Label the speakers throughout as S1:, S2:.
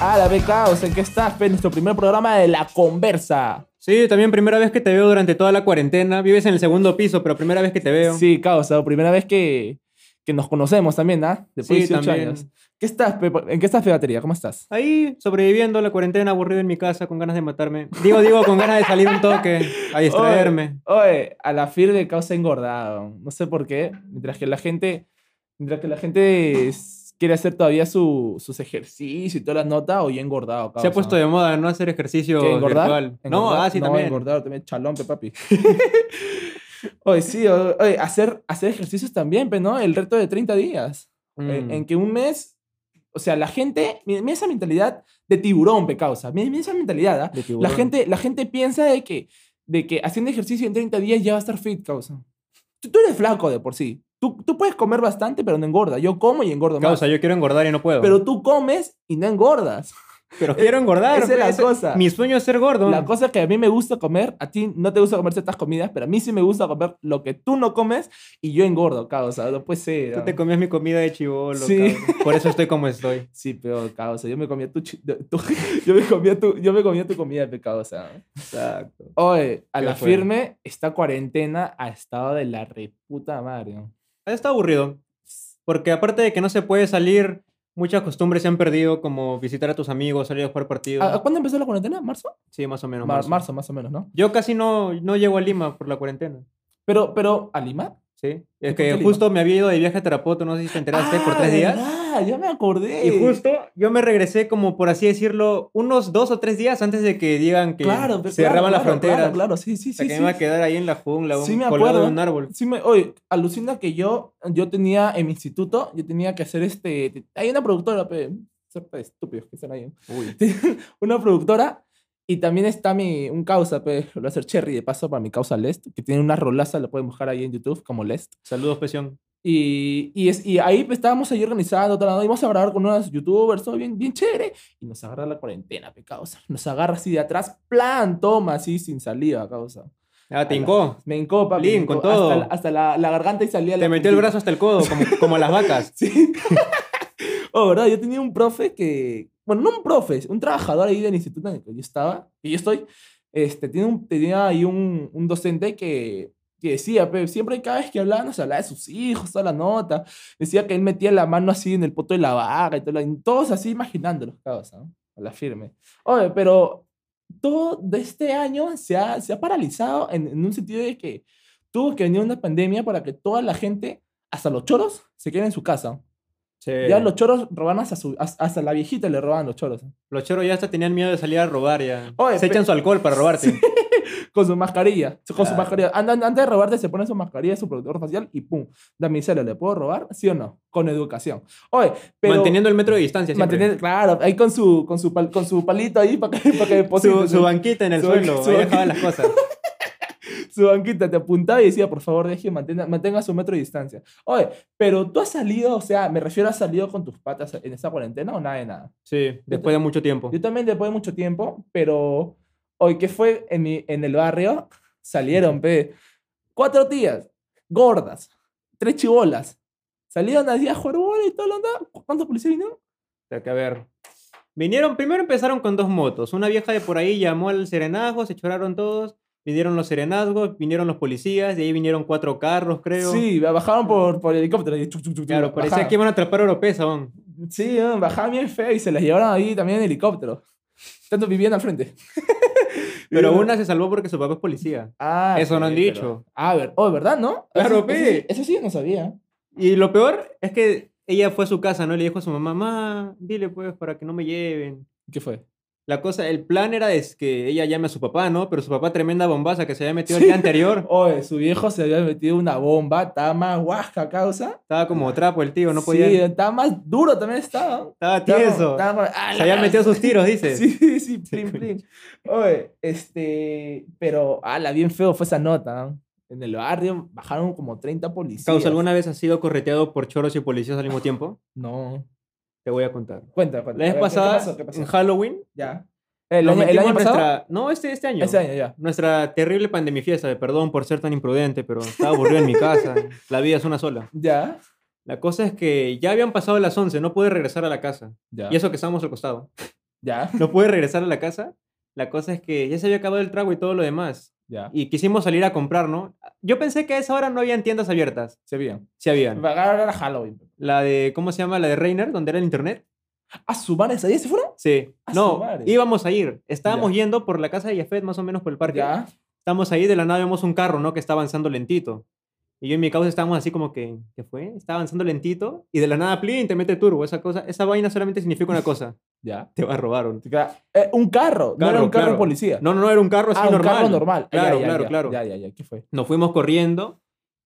S1: A la beca, o sea, ¿en qué estás? Pues, nuestro primer programa de La Conversa.
S2: Sí, también primera vez que te veo durante toda la cuarentena. Vives en el segundo piso, pero primera vez que te veo.
S1: Sí, causa, primera vez que, que nos conocemos también, ¿ah? Después
S2: Sí,
S1: de 18
S2: también.
S1: años. ¿Qué estás, pe- ¿En qué estás, Pebatería? ¿Cómo estás?
S2: Ahí, sobreviviendo la cuarentena, aburrido en mi casa, con ganas de matarme. Digo, digo, con ganas de salir un toque, a distraerme.
S1: Oye, oye, a la firme causa engordado. No sé por qué. Mientras que la gente, mientras que la gente es- quiere hacer todavía su- sus ejercicios y todas las notas, o yo he engordado.
S2: Se
S1: causa.
S2: ha puesto de moda no hacer ejercicio
S1: ¿Qué, engordar?
S2: virtual. No,
S1: Engordar,
S2: ah, sí, también.
S1: engordar también. Chalón, pe, papi. oye, sí, o- oye, hacer, hacer ejercicios también, pero ¿no? El reto de 30 días.
S2: Mm.
S1: En, en que un mes, o sea, la gente, mira, mira esa mentalidad de tiburón, pe causa. Mira, mira esa mentalidad, ¿ah?
S2: De tiburón.
S1: La gente, la gente piensa de que, de que haciendo ejercicio en 30 días ya va a estar fit, causa. Tú, tú eres flaco de por sí. Tú, tú puedes comer bastante, pero no engorda. Yo como y engordo más.
S2: Causa, yo quiero engordar y no puedo.
S1: Pero tú comes y no engordas.
S2: Pero quiero engordar.
S1: esa es la
S2: pues,
S1: cosa.
S2: Mi sueño es ser gordo.
S1: La cosa es que a mí me gusta comer, a ti no te gusta comer ciertas comidas, pero a mí sí me gusta comer lo que tú no comes y yo engordo, causa. No puede ser. ah.
S2: Tú
S1: ¿no?
S2: te comías mi comida de chivolo.
S1: Sí.
S2: cabrón. Por eso estoy como estoy.
S1: Sí, pero causa, yo me comía tu, chi- tu- yo me comía tu, yo me comía tu comida, pe causa.
S2: Exacto.
S1: Oye, a
S2: ¿Qué
S1: la
S2: fue?
S1: firme, esta cuarentena ha estado de la reputa madre. ¿no?
S2: Está aburrido. Porque aparte de que no se puede salir, muchas costumbres se han perdido, como visitar a tus amigos, salir a jugar partidos.
S1: ¿A- a ¿Cuándo empezó la cuarentena? ¿Marzo?
S2: sí, más o menos.
S1: Ah, Mar-
S2: marzo.
S1: marzo, más o menos, ¿no?
S2: Yo casi no, no llego a Lima por la cuarentena.
S1: Pero, pero, ¿a Lima?
S2: Sí.
S1: ¿Y
S2: Es
S1: por qué
S2: que
S1: Lima?
S2: justo me había ido de viaje a Tarapoto, no sé si te enteraste, por tres días.
S1: Ah, ya me acordé.
S2: Y justo yo me regresé como, por así decirlo, unos dos o tres días antes de que digan que
S1: Claro, pe-
S2: cerraban
S1: claro,
S2: las
S1: claro,
S2: fronteras.
S1: Claro, claro, sí, sí,
S2: O sea,
S1: sí.
S2: que
S1: sí.
S2: me iba a quedar ahí en la jungla,
S1: Sí,
S2: un-
S1: me
S2: colgado
S1: acuerdo.
S2: de un árbol.
S1: Sí me, oye, alucina que yo, yo tenía en mi instituto, yo tenía que hacer este, te- hay una productora, pe, cerca de estúpidos que están ahí, una productora y también está mi, un causa, pe, lo va a hacer Cherry de paso para mi causa Lest, que tiene una rolaza, la pueden buscar ahí en YouTube como Lest.
S2: Saludos, Pesión.
S1: Y, y, es, y ahí pues, estábamos ahí organizando, tal, tal, íbamos a grabar con unos youtubers, todo bien, bien chévere. Y nos agarra la cuarentena, pe causa. Nos agarra así de atrás, plan, toma, así sin salida, causa.
S2: Ah, te hincó.
S1: Me encopa, me
S2: Lin, con
S1: hincó
S2: todo.
S1: Hasta, la- hasta la, la garganta y salía la
S2: Te metió el
S1: puntita.
S2: brazo hasta el codo, como, como a las vacas.
S1: Sí. oh, verdad, yo tenía un profe que. Bueno, no un profe, un trabajador ahí del instituto en el que yo estaba, y yo estoy. Este, tiene un, tenía ahí un, un docente que, que decía, pero siempre cada vez que hablaba, nos hablaba de sus hijos, toda la nota. Decía que él metía la mano así en el poto de la vaca y todo, lo- y todos así imaginándolos, cabos, ¿no? A la firme. Oye, pero todo de este año se ha, se ha paralizado en, en un sentido de que tuvo que venir una pandemia para que toda la gente, hasta los choros, se queden en su casa.
S2: Eh.
S1: Ya los choros roban hasta, su, as- hasta la viejita le roban los choros. ¿eh?
S2: Los choros ya hasta tenían miedo de salir a robar ya.
S1: Oye,
S2: Se
S1: pe-
S2: echan su alcohol para robarte.
S1: Con su mascarilla. Con su
S2: Claro.
S1: mascarilla. Andan, antes de robarte se pone su mascarilla, su protector facial y pum. Damisela, ¿le puedo robar? ¿Sí o no? Con educación. Oye, pero...
S2: Manteniendo el metro de distancia siempre.
S1: mantener- claro, ahí con su, con su, pal- con su palito ahí para que, para que
S2: su,
S1: deposite,
S2: su banquita en el
S1: Su-
S2: suelo,
S1: su
S2: ahí
S1: banqui-
S2: dejaban las cosas.
S1: su banquita te apuntaba y decía, por favor, deje, mantenga, mantenga su metro de distancia. Oye, pero tú has salido, o sea, me refiero, ¿has salido con tus patas en esta cuarentena o nada de nada?
S2: Sí, después de mucho tiempo.
S1: Yo también después de mucho tiempo, pero hoy que fue en, mi- en el barrio, salieron, pe, cuatro tías, gordas, tres chibolas. Salieron así a jugar bola y todo lo andaba. ¿Cuántos policías vinieron?
S2: O sea, que a ver. Vinieron, primero empezaron con dos motos. Una vieja de por ahí llamó al serenazgo, se choraron todos. Vinieron los serenazgos, vinieron los policías, de ahí vinieron cuatro carros, creo.
S1: Sí, bajaron por, por helicóptero. Y chuc, chuc, chuc,
S2: Claro,
S1: chuc,
S2: parecía
S1: bajaban.
S2: que iban a atrapar europeos aún.
S1: Sí, eh, bajaban bien feo y se las llevaron ahí también en helicóptero. Tanto vivían al frente.
S2: Pero
S1: Vivían-
S2: una se salvó porque su papá es policía.
S1: Ah,
S2: Eso no han
S1: pero-
S2: dicho.
S1: Ah, ver, oh, ¿verdad, no?
S2: Claro,
S1: Eso- eso,
S2: pe.
S1: sí- eso sí yo no sabía.
S2: Y lo peor es que ella fue a su casa, ¿no? Y Le dijo a su mamá, mamá, dile pues para que no me lleven.
S1: ¿Qué fue?
S2: La cosa, el plan era es que ella llame a su papá, ¿no? Pero su papá tremenda bombaza que se había metido
S1: Sí.
S2: el día anterior.
S1: Oye, su viejo se había metido una bomba, estaba más guasca causa.
S2: Estaba como trapo el tío, no podía...
S1: Sí, estaba más duro también estaba.
S2: Estaba
S1: Estaba como-
S2: tieso.
S1: estaba como- ¡Ah,
S2: Se
S1: la
S2: había
S1: cara!
S2: metido sus tiros, dice.
S1: Sí, sí, sí, plin, plin. Oye, este, pero, ala, bien feo fue esa nota, ¿no? En el barrio bajaron como 30 policías.
S2: Causa, ¿alguna vez has sido correteado por choros y policías al mismo tiempo?
S1: No.
S2: Te voy a contar.
S1: Cuenta, cuenta.
S2: La
S1: A ver,
S2: vez
S1: ¿qué-
S2: pasada,
S1: ¿Qué pasó? ¿Qué pasó?
S2: en Halloween,
S1: Ya. El
S2: nos
S1: año, el
S2: metimos
S1: año
S2: a
S1: pasado.
S2: nuestra- No, este, este año.
S1: Ese año, ya.
S2: Nuestra terrible pandemifiesta, de perdón por ser tan imprudente, pero estaba aburrido en mi casa. La vida es una sola.
S1: Ya.
S2: La cosa es que ya habían pasado las 11, no pude regresar a la casa.
S1: Ya.
S2: Y eso que estábamos al costado.
S1: Ya,
S2: No pude regresar a la casa. La cosa es que ya se había acabado el trago y todo lo demás.
S1: ya.
S2: Y quisimos salir a comprar, ¿no? Yo pensé que a esa hora no habían tiendas abiertas.
S1: Se veían.
S2: Sí habían.
S1: Pagar era Halloween.
S2: La de, ¿cómo se llama? La de Reiner, donde era el internet.
S1: ¿A Ah, su madre ahí se fueron?
S2: Sí.
S1: Ah, su
S2: No,
S1: madre.
S2: íbamos a ir. Estábamos yendo por la casa de Jafet, más o menos por el parque.
S1: Ya.
S2: Estamos ahí, de la nada vemos un carro, ¿no? Que está avanzando lentito. Y yo y mi causa estábamos así como que, ¿qué fue? Está avanzando lentito y de la nada, plin, te mete turbo. Esa cosa, esa vaina solamente significa una cosa.
S1: Ya.
S2: Te va a robar un...
S1: Te queda- eh, un carro, no era
S2: Carro,
S1: un carro de
S2: claro.
S1: policía.
S2: No, no, no, era un carro así
S1: ah, un
S2: normal.
S1: carro normal. Ah, ya,
S2: Claro,
S1: ya,
S2: claro,
S1: ya.
S2: claro.
S1: Ya, ya, ya. ¿Qué fue?
S2: Nos fuimos corriendo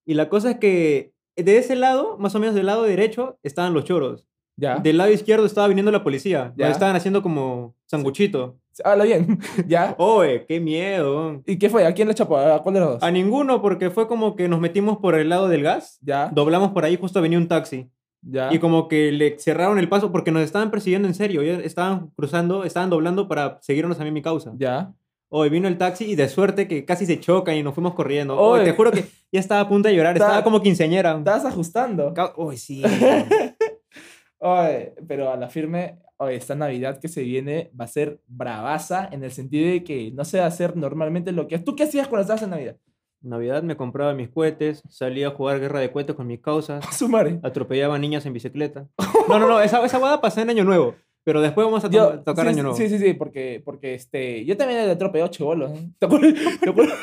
S2: y la cosa es que de ese lado, más o menos del lado derecho, estaban los choros.
S1: Ya.
S2: Del lado izquierdo estaba viniendo la policía.
S1: Ya.
S2: Ya. Estaban haciendo como sanguchito.
S1: Ah, Habla bien. ya.
S2: Oye, qué miedo.
S1: ¿Y qué fue? ¿A quién le chapó? ¿A cuál de los dos?
S2: A ninguno porque fue como que nos metimos por el lado del gas.
S1: Ya,
S2: Doblamos por ahí, justo venía un taxi.
S1: ya.
S2: Y como que le cerraron el paso porque nos estaban persiguiendo en serio. ellos Estaban cruzando, estaban doblando para seguirnos a mí y mi causa.
S1: Ya.
S2: Hoy vino el taxi y de suerte que casi se chocan y nos fuimos corriendo.
S1: Oy.
S2: Oye, te juro que ya estaba a punto de llorar,
S1: Ta-
S2: estaba como quinceañera.
S1: Estabas ajustando.
S2: Ca- Oy, sí.
S1: Oye, pero a la firme, oye, esta Navidad que se viene va a ser bravaza en el sentido de que no se va a hacer normalmente lo que... ¿Tú qué hacías cuando estabas en Navidad?
S2: Navidad me compraba mis cohetes, salía a jugar guerra de cohetes con mis causas,
S1: Sumare.
S2: atropellaba niñas en bicicleta. No, no, no, esa, esa guada pasó en Año Nuevo, pero después vamos a to-
S1: Yo,
S2: tocar
S1: sí,
S2: Año Nuevo.
S1: sí, sí, sí, porque, porque este, yo también era atropellado chivolo. ¿Te acuerdas? ¿Te acuerdas?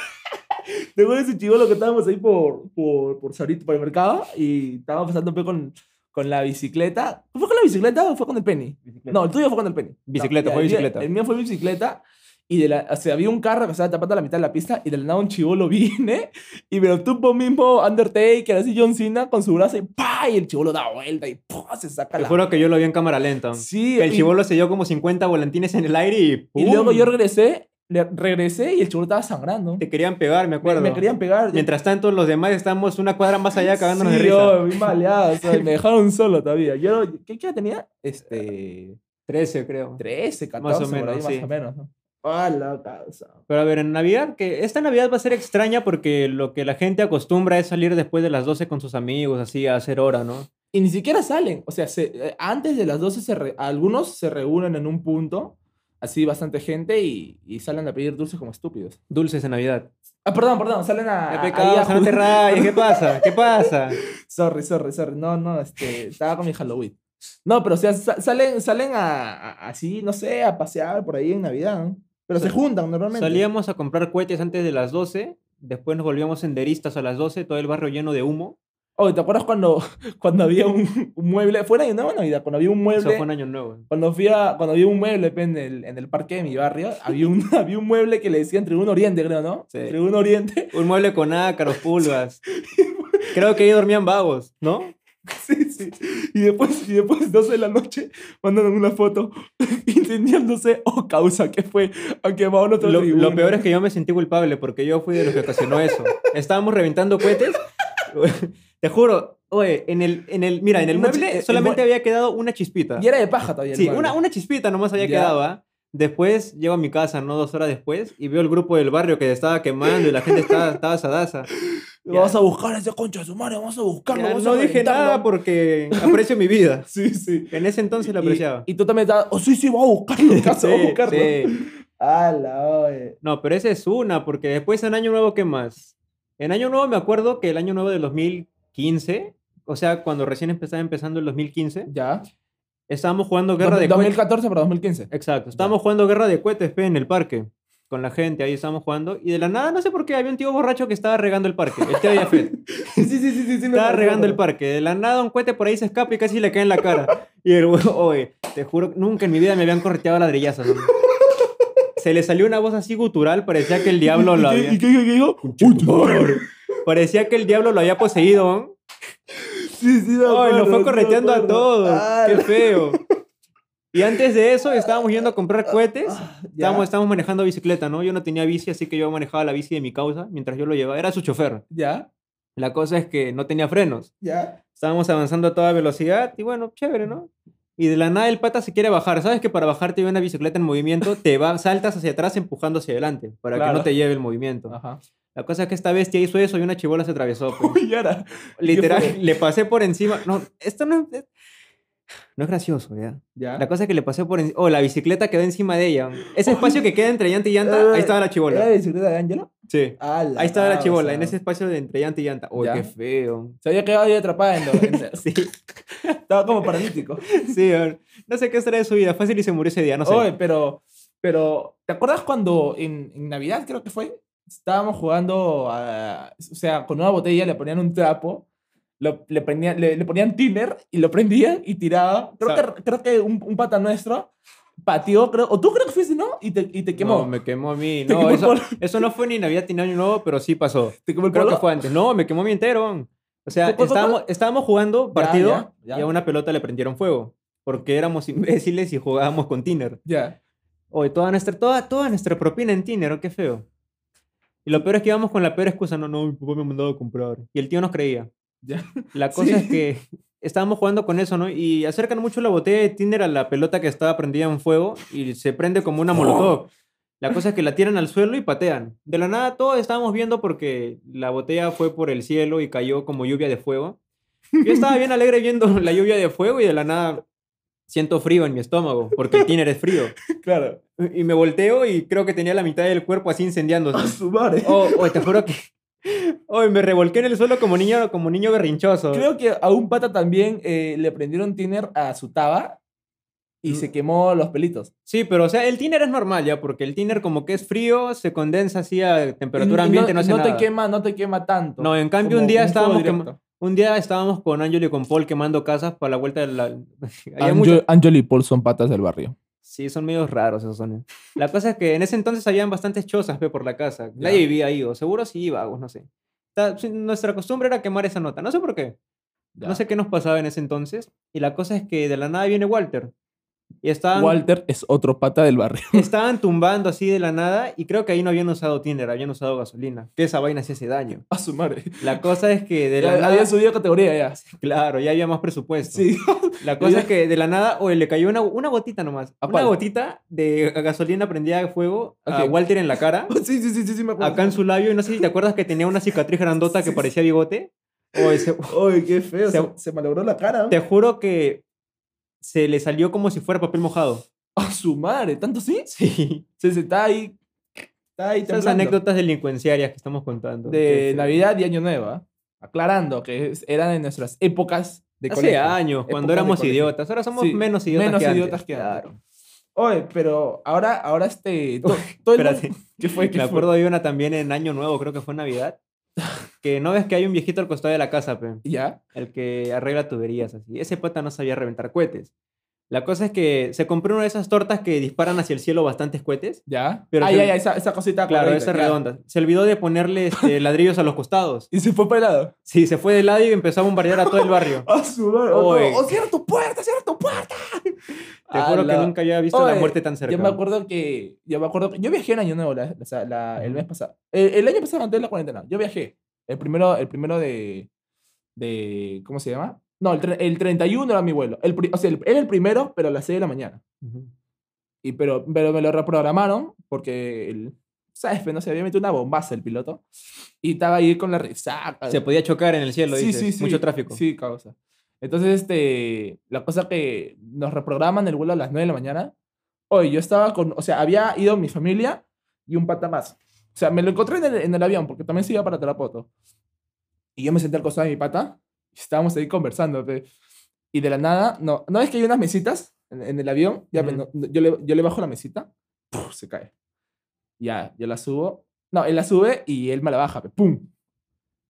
S1: ¿Te acuerdas ese chivolo que estábamos ahí por, por, por, Sarito, por el mercado y estábamos pasando pe con, con la bicicleta? ¿Fue con la bicicleta o fue con el penny? No, el tuyo fue con el penny. No,
S2: Bicicleta,
S1: ya,
S2: fue
S1: el mío-
S2: bicicleta.
S1: El mío fue bicicleta. Y de la, o sea, había un carro que estaba tapando la mitad de la pista y del nada un chivolo viene y me lo tuvo mismo Undertaker, así John Cena con su brazo y ¡pa! Y el chivolo da vuelta y ¡pua! Se saca
S2: Te
S1: la...
S2: juro que yo lo vi en cámara lenta.
S1: Sí,
S2: Que el
S1: y-
S2: chivolo se dio como 50 volantines en el aire y
S1: y
S2: ¡pum!
S1: luego yo regresé, le- regresé y el chivolo estaba sangrando.
S2: Te querían pegar, me
S1: Me,
S2: acuerdo.
S1: me querían pegar.
S2: Mientras tanto, los demás estamos una cuadra más allá cagándonos
S1: sí,
S2: de risa.
S1: yo, bien maleado, o sea, me dejaron solo todavía. Yo, ¿Qué qué edad tenía? Este...
S2: 13, creo.
S1: 13, 14,
S2: Más o
S1: por ahí,
S2: menos, sí.
S1: más o menos. ¿no? ¡Ah, la casa!
S2: Pero a ver, en Navidad, que esta Navidad va a ser extraña porque lo que la gente acostumbra es salir después de las 12 con sus amigos, así a hacer hora, ¿no?
S1: Y ni siquiera salen. O sea, se- eh, antes de las 12 se re- algunos se reúnen en un punto, así bastante gente, y, y salen a pedir dulces como estúpidos.
S2: Dulces de Navidad.
S1: Ah, perdón, perdón, salen a...
S2: Qué
S1: a-
S2: pecado,
S1: Ah, ahí a
S2: o sea, no te
S1: jugar.
S2: rayes, ¿eh? ¿qué pasa? ¿Qué pasa?
S1: Sorry, sorry, sorry. No, no, este, estaba con mi Halloween. No, pero o sea, sa- salen, salen a, a- así, no sé, a pasear por ahí en Navidad, ¿no? Pero
S2: Sal-
S1: se juntan normalmente.
S2: Salíamos a comprar cohetes antes de las 12, después nos volvíamos senderistas a las 12, todo el barrio lleno de humo.
S1: Oye, ¿te acuerdas cuando, cuando había un, un mueble? Fue en Año Nuevo o Navidad, cuando había un
S2: Eso
S1: mueble...
S2: fue un año nuevo.
S1: Cuando fui a, cuando había un mueble pe, en el, en el parque de mi barrio, había un, había un mueble que le decían Tribuna Oriente, creo, ¿no?
S2: Sí.
S1: Tribuna Oriente.
S2: Un mueble con ácaros, pulgas. Creo que ahí dormían vagos, ¿no?
S1: Sí, sí. Y después, y después 12 de la noche, mandaron una foto incendiándose. Oh, causa, que fue? Han quemado nuestra
S2: Lo,
S1: tribuna.
S2: lo peor es que yo me sentí culpable porque yo fui de los que ocasionó eso. Estábamos reventando cohetes. Te juro, oye, en el, en el, mira, en el
S1: Una chi-
S2: mueble
S1: el
S2: solamente
S1: mue-
S2: había quedado una chispita.
S1: Y era de paja todavía. el
S2: Ah. Sí,
S1: mueble.
S2: una, una chispita nomás había
S1: Ya.
S2: quedado. ¿ah? Después llego a mi casa, ¿no? Dos horas después, y veo el grupo del barrio que estaba quemando y la gente estaba, estaba sadaza.
S1: Vamos a buscar a ese concho de su madre, vamos a buscarlo.
S2: Ya
S1: vamos
S2: no
S1: a
S2: dije
S1: reventarlo.
S2: nada pues. porque aprecio mi vida.
S1: Sí, sí.
S2: En ese entonces la
S1: Y-
S2: apreciaba.
S1: Y, tú también estabas, oh, sí, sí, voy a buscarlo, caso, voy a
S2: Sí,
S1: buscarlo.
S2: sí.
S1: Ala, oye.
S2: No, pero esa es una, porque después en Año Nuevo, ¿qué más? En Año Nuevo me acuerdo que el Año Nuevo del 2015, o sea, cuando recién empezaba empezando el 2015,
S1: Ya.
S2: estábamos jugando guerra de cohetes.
S1: 2014 para 2015.
S2: Exacto, estábamos jugando guerra de cohetes fe, en el parque, con la gente, ahí estábamos jugando, y de la nada, no sé por qué, había un tío borracho que estaba regando el parque, el tío de Yafet.
S1: Sí, sí, sí, sí, sí, sí. me
S2: Estaba
S1: acuerdo,
S2: regando
S1: me
S2: el
S1: acuerdo.
S2: parque. De la nada un cohete por ahí se escapa y casi le cae en la cara. Y el huevo, oye, te juro, nunca en mi vida me habían correteado ladrillazos. hombre". Se le salió una voz así gutural, parecía que el diablo lo
S1: ¿Y
S2: había...
S1: qué- ¿Y qué qué- qué dijo? Uy, tu madre.
S2: Parecía que el diablo lo había poseído. ¿no?
S1: Sí, sí, me
S2: Ay, nos
S1: acuerdo,
S2: fue
S1: sí, me
S2: correteando a
S1: acuerdo.
S2: todos.
S1: Ah,
S2: Qué feo. Y antes de eso estábamos yendo a comprar cohetes.
S1: ya.
S2: Estábamos, estábamos manejando bicicleta, ¿no? Yo no tenía bici, así que yo manejaba la bici de mi causa mientras yo lo llevaba. Era su chofer.
S1: Ya,
S2: La cosa es que no tenía frenos.
S1: ya.
S2: Estábamos avanzando a toda velocidad y bueno, chévere, ¿no? Y de la nada el pata se quiere bajar. ¿Sabes que para bajarte de una bicicleta en movimiento te va, saltas hacia atrás empujando hacia adelante para que
S1: Claro. Ah.
S2: no te lleve el movimiento?
S1: Ajá.
S2: La cosa es que esta bestia hizo eso y una chibola se atravesó. pues.
S1: Uy, Yara.
S2: Literal,
S1: fue?
S2: le pasé por encima. No, esto no es... No es gracioso, ¿ya?
S1: ¿Ya?
S2: La cosa es que le pasó por encima. Oh, la bicicleta quedó encima de ella. Ese espacio que queda entre llanta y llanta, ahí estaba la
S1: ¿Era
S2: chibola.
S1: la bicicleta de Ángela?
S2: Sí.
S1: ¡Ala!
S2: Ahí estaba la
S1: o
S2: chibola,
S1: sea,
S2: en ese espacio de entre llanta y llanta. Oh,
S1: Ya.
S2: qué feo.
S1: Se había quedado ahí atrapada en lo- en-
S2: Sí,
S1: Estaba como paralítico.
S2: sí, a ver. No sé qué será de su vida. Fácil y se murió ese día, no sé.
S1: Oye, pero, pero, ¿te acuerdas cuando en, en Navidad, creo que fue, estábamos jugando, a- o sea, con una botella le ponían un trapo, lo- le, prendían, le, le ponían tiner y lo prendían y tiraba. Creo
S2: Sa-
S1: que, creo que un, un pata nuestro pateó, creo, o tú creo que fuiste, ¿no? Y te, y te quemó.
S2: No, me quemó a mí.
S1: Te
S2: No,
S1: quemó el
S2: eso,
S1: polo.
S2: eso no fue ni Navidad ni Año Nuevo, pero sí pasó.
S1: ¿Te quemó el
S2: Creo
S1: polo?
S2: que fue antes. No, me quemó mi entero. O sea,
S1: ¿Cu- cu- cu-
S2: estábamos, estábamos jugando
S1: pues, Ya,
S2: partido
S1: ya, ya.
S2: y a una pelota le prendieron fuego. Porque éramos imbéciles y jugábamos con Tiner.
S1: Ya.
S2: Oye, toda nuestra, toda, toda nuestra propina en Tiner, oh, qué feo. Y lo peor es que íbamos con la peor excusa, no, no, mi papá me ha mandado a comprar. Y el tío nos creía.
S1: Ya.
S2: La cosa
S1: Sí.
S2: es que estábamos jugando con eso, ¿no? Y acercan mucho la botella de Tiner a la pelota que estaba prendida en fuego y se prende como
S1: Oh.
S2: una molotov. La cosa es que la tiran al suelo y patean. De la nada todos estábamos viendo porque la botella fue por el cielo y cayó como lluvia de fuego. Yo estaba bien alegre viendo la lluvia de fuego y de la nada siento frío en mi estómago porque el Tiner es frío.
S1: Claro.
S2: Y me volteo y creo que tenía la mitad del cuerpo así
S1: A
S2: incendiándose.
S1: su madre.
S2: Oh, oh, te juro que... Oh, me revolqué en el suelo como niño, como niño berrinchoso.
S1: Creo que a un pata también eh, le prendieron tiner a su taba y
S2: Mm.
S1: se quemó los pelitos.
S2: Sí, pero o sea, el tiner es normal ya, porque el tiner como que es frío, se condensa así a temperatura
S1: Y- y
S2: ambiente, no, hace
S1: no
S2: nada.
S1: te quema, no te quema tanto.
S2: No, en cambio un
S1: Como un
S2: día
S1: fuego
S2: estábamos
S1: directo.
S2: quem- un día estábamos con Ángel y con Paul quemando casas para la vuelta de la Había
S1: Angel,
S2: mucho-
S1: Angel y Paul son patas del barrio.
S2: Sí, son medios raros esos sonidos. La cosa es que en ese entonces habían bastantes chozas ve, por la casa.
S1: Ya.
S2: Nadie vivía ahí, o seguro sí vagos, no sé. Ta- sí, Nuestra costumbre era quemar esa nota, no sé por qué. No sé qué nos pasaba en ese entonces. Y la cosa es que de la nada viene Walter. Y estaban,
S1: Walter es otro pata del barrio.
S2: estaban tumbando así de la nada. Y creo que ahí no habían usado Tinder, habían usado gasolina. Que esa vaina sí hace daño.
S1: A su madre.
S2: La cosa es que de la
S1: Ya
S2: nada.
S1: Había subido de categoría ya.
S2: Claro, ya había más presupuesto.
S1: Sí.
S2: La cosa es que de la nada, oye, le cayó una, una gotita nomás.
S1: ¿A
S2: Una
S1: cuál?
S2: gotita de gasolina prendida de fuego a
S1: Ok.
S2: Walter en la cara,
S1: sí, sí, sí, sí, sí, me acuerdo.
S2: acá en su labio. Y no sé si te acuerdas que tenía una cicatriz grandota que parecía bigote. Oye, se-
S1: Oye, qué feo. Se,
S2: Se-
S1: se malogró la cara. ¿no?
S2: te juro que se le salió como si fuera papel mojado.
S1: A su madre. ¿Tanto sí?
S2: Sí.
S1: Se, se está ahí. Está ahí
S2: Esas
S1: temblando.
S2: anécdotas delincuenciarias que estamos contando.
S1: De
S2: Entonces,
S1: Navidad y Año Nuevo. ¿ah? Aclarando que es- eran en nuestras épocas de
S2: Hace
S1: colegio.
S2: años,
S1: Época
S2: cuando
S1: de
S2: éramos
S1: colegio.
S2: idiotas. Ahora somos
S1: Sí,
S2: menos idiotas
S1: menos
S2: que antes.
S1: idiotas que antes.
S2: Claro.
S1: Oye, pero ahora, ahora este. to- todo el mundo-
S2: Espérate.
S1: ¿Qué fue? ¿Qué
S2: Me
S1: fue?
S2: acuerdo de una también en Año Nuevo, creo que fue en Navidad. Que no ves que hay un viejito al costado de la casa, pe,
S1: ¿Ya?
S2: el que arregla tuberías así. Ese pata no sabía reventar cohetes. La cosa es que se compró una de esas tortas que disparan hacia el cielo bastantes cohetes.
S1: ¿Ya?
S2: Pero
S1: ah,
S2: que-
S1: ya, ya, esa, esa cosita.
S2: Claro,
S1: cuadradita,
S2: esas
S1: ya.
S2: redondas. Se olvidó de ponerle este, ladrillos a los costados.
S1: Y se fue para el lado.
S2: Sí, se fue de lado y empezó a bombardear a todo el barrio.
S1: A su madre. O,
S2: Oye.
S1: no, o cierra tu puerta, cierra tu puerta.
S2: Te juro que
S1: Ala.
S2: nunca había visto la
S1: Oye,
S2: muerte tan cerca.
S1: Yo me acuerdo que. Yo me acuerdo que- Yo viajé en Año Nuevo la- la- la- el mes pasado. El, el año pasado antes de la cuarentena. Yo viajé. El primero, el primero de. de ¿Cómo se llama? No, el, tre- el 31 era mi vuelo. El, pri- o sea, el- era el primero, pero a las 6 de la mañana.
S2: Ujú.
S1: Y, pero, pero me lo reprogramaron porque. el- ¿Sabes? Pero No se había metido una bombaza el piloto. Y estaba ahí con la resaca.
S2: Se podía chocar en el cielo, dices. Mucho tráfico.
S1: Sí, causa. Entonces, este, la cosa que nos reprograman el vuelo a las 9 de la mañana. Hoy yo estaba con, o sea, había ido mi familia y un pata más. O sea, me lo encontré en el, en el avión porque también se iba para Tarapoto. Y yo me senté al costado de mi pata y estábamos ahí conversando. pe. Y de la nada, no, ¿no es que hay unas mesitas en, en el avión? Ya, pe,
S2: Ujú.
S1: no- yo, le, yo le bajo la mesita, ¡puf! se cae. Ya, yo la subo. No, él la sube y él me la baja, pe, ¡pum!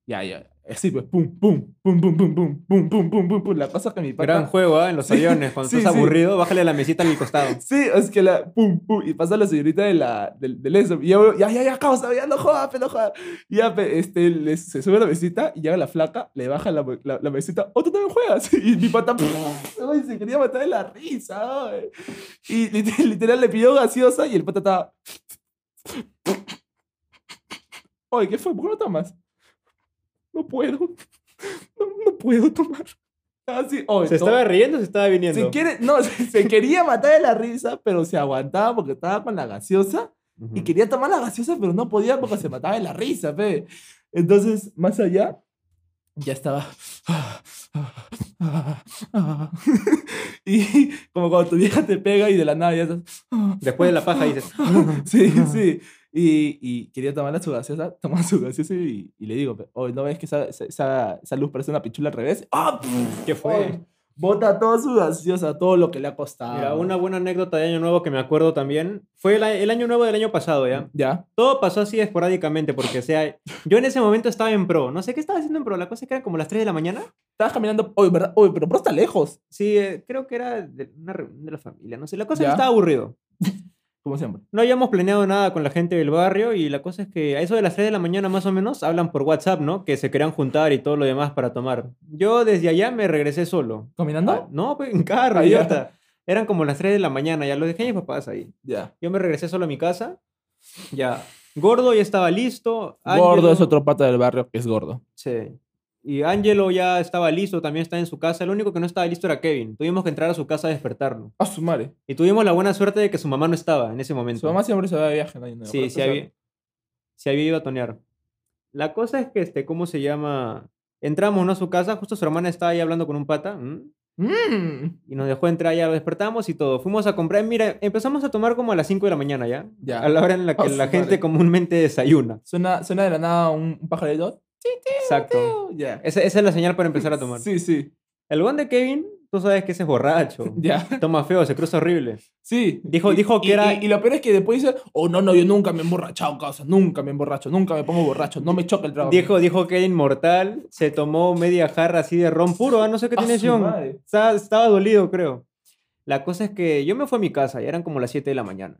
S1: Ya, ya. Así, pues, pum, pum, pum, pum, pum, pum, pum, pum, pum, pum, pum. La cosa que mi pata...
S2: Gran juego, ¿ah? En los
S1: Sí,
S2: aviones. Cuando
S1: sí,
S2: estás
S1: sí.
S2: aburrido, bájale la mesita en el costado.
S1: Sí, es que la... Pum, pum. Y pasa la señorita de la... Del, del ESO. Y yo, ya, ya, ya, causa, ya, no joda, pe, no joda. Y ya, pe, este, le- se sube a la mesita y llega la flaca, le baja la, la, la mesita. ¡Oh, tú también juegas! Y mi pata... ¡pum! Ay, se quería matar de la risa, ay. Y lit- literal le pidió gaseosa y el pata estaba... Oye, ¿qué fue? ¿Por qué no tomas? No puedo. No, no puedo tomar. Así, oye,
S2: ¿Se
S1: to-
S2: estaba riendo o se estaba viniendo?
S1: se quiere, no, se, se quería matar de la risa, pero se aguantaba porque estaba con la gaseosa
S2: Ujú.
S1: y quería tomar la gaseosa, pero no podía porque se mataba de la risa, fe. Entonces, más allá, ya estaba. ah, ah. y como cuando tu vieja te pega y de la nada ya estás. ah,
S2: Después de la paja dices,
S1: sí, sí. Y, y quería tomar su gaseosa, tomar su gaseosa y, y le digo, hoy ¿no ves que esa, esa- esa, esa luz parece una pichula al revés? ¡Ah! pf,
S2: ¿qué fue?
S1: ay, Bota toda su gaseosa, todo lo que le ha costado.
S2: Mira, una buena anécdota de Año Nuevo que me acuerdo también. Fue el, a- el Año Nuevo del año pasado, ¿ya?
S1: ¿Ya?
S2: Todo pasó así esporádicamente, porque, o sea, yo en ese momento estaba en pro. No sé qué estaba haciendo en pro. La cosa es que era como las 3 de la mañana.
S1: Estabas caminando, oye, ¿verdad? Oye, pero por está lejos,
S2: Sí, eh, creo que era de una reunión de la familia. No sé, la cosa
S1: Ya.
S2: es que estaba aburrido.
S1: como siempre.
S2: No habíamos planeado nada con la gente del barrio y la cosa es que a eso de las 3 de la mañana más o menos hablan por WhatsApp, ¿no? Que se querían juntar y todo lo demás para tomar. Yo desde allá me regresé solo.
S1: ¿Caminando?
S2: Ah, No, pues, en carro,
S1: Ah, ya.
S2: idiota. Eran como las 3 de la mañana, ya lo dejé a mis papás ahí.
S1: Ya.
S2: Yo me regresé solo a mi casa. Ya. Gordo ya estaba listo.
S1: Gordo
S2: Ángelo-
S1: es otro pata del barrio que es gordo.
S2: Sí. Y Angelo ya estaba listo, también está en su casa. Lo único que no estaba listo era Kevin. Tuvimos que entrar a su casa a despertarlo.
S1: A su madre.
S2: Y tuvimos la buena suerte de que su mamá no estaba en ese momento.
S1: Su mamá siempre se va de viaje en Año Nuevo.
S2: Sí,
S1: ¿correcto?
S2: se
S1: O sea,
S2: había, se había ido a tonear. La cosa es que, este, ¿cómo se llama? Entramos, ¿no? A su casa, justo su hermana estaba ahí hablando con un pata. ¿m?
S1: "Mm,
S2: Y nos dejó entrar, ya lo despertamos y todo. Fuimos a comprar. Mira, empezamos a tomar como a las 5 de la mañana, ¿ya?
S1: Ya.
S2: A la hora en la que
S1: Oh, su
S2: la gente
S1: madre.
S2: comúnmente desayuna.
S1: Suena, suena de la nada un, un pajarito.
S2: Exacto.
S1: Ya.
S2: Esa, esa es la señal para empezar a tomar.
S1: Sí, sí.
S2: El buen de Kevin, tú sabes que ese es borracho.
S1: Ya.
S2: Toma feo, se cruza horrible.
S1: Sí.
S2: Dijo-
S1: Y-
S2: dijo que
S1: y-
S2: era-
S1: Y, y lo peor es que después dice, oh, no, no, yo nunca me he emborrachado, causa. Nunca me emborracho, nunca me pongo borracho, no me choca el trago.
S2: Dijo, dijo que era inmortal. Se tomó media jarra así de ron puro. ah, No sé qué
S1: A
S2: tiene
S1: su
S2: John.
S1: madre.
S2: Estaba, estaba dolido, creo. La cosa es que yo me fui a mi casa. Ya eran como las 7 de la mañana.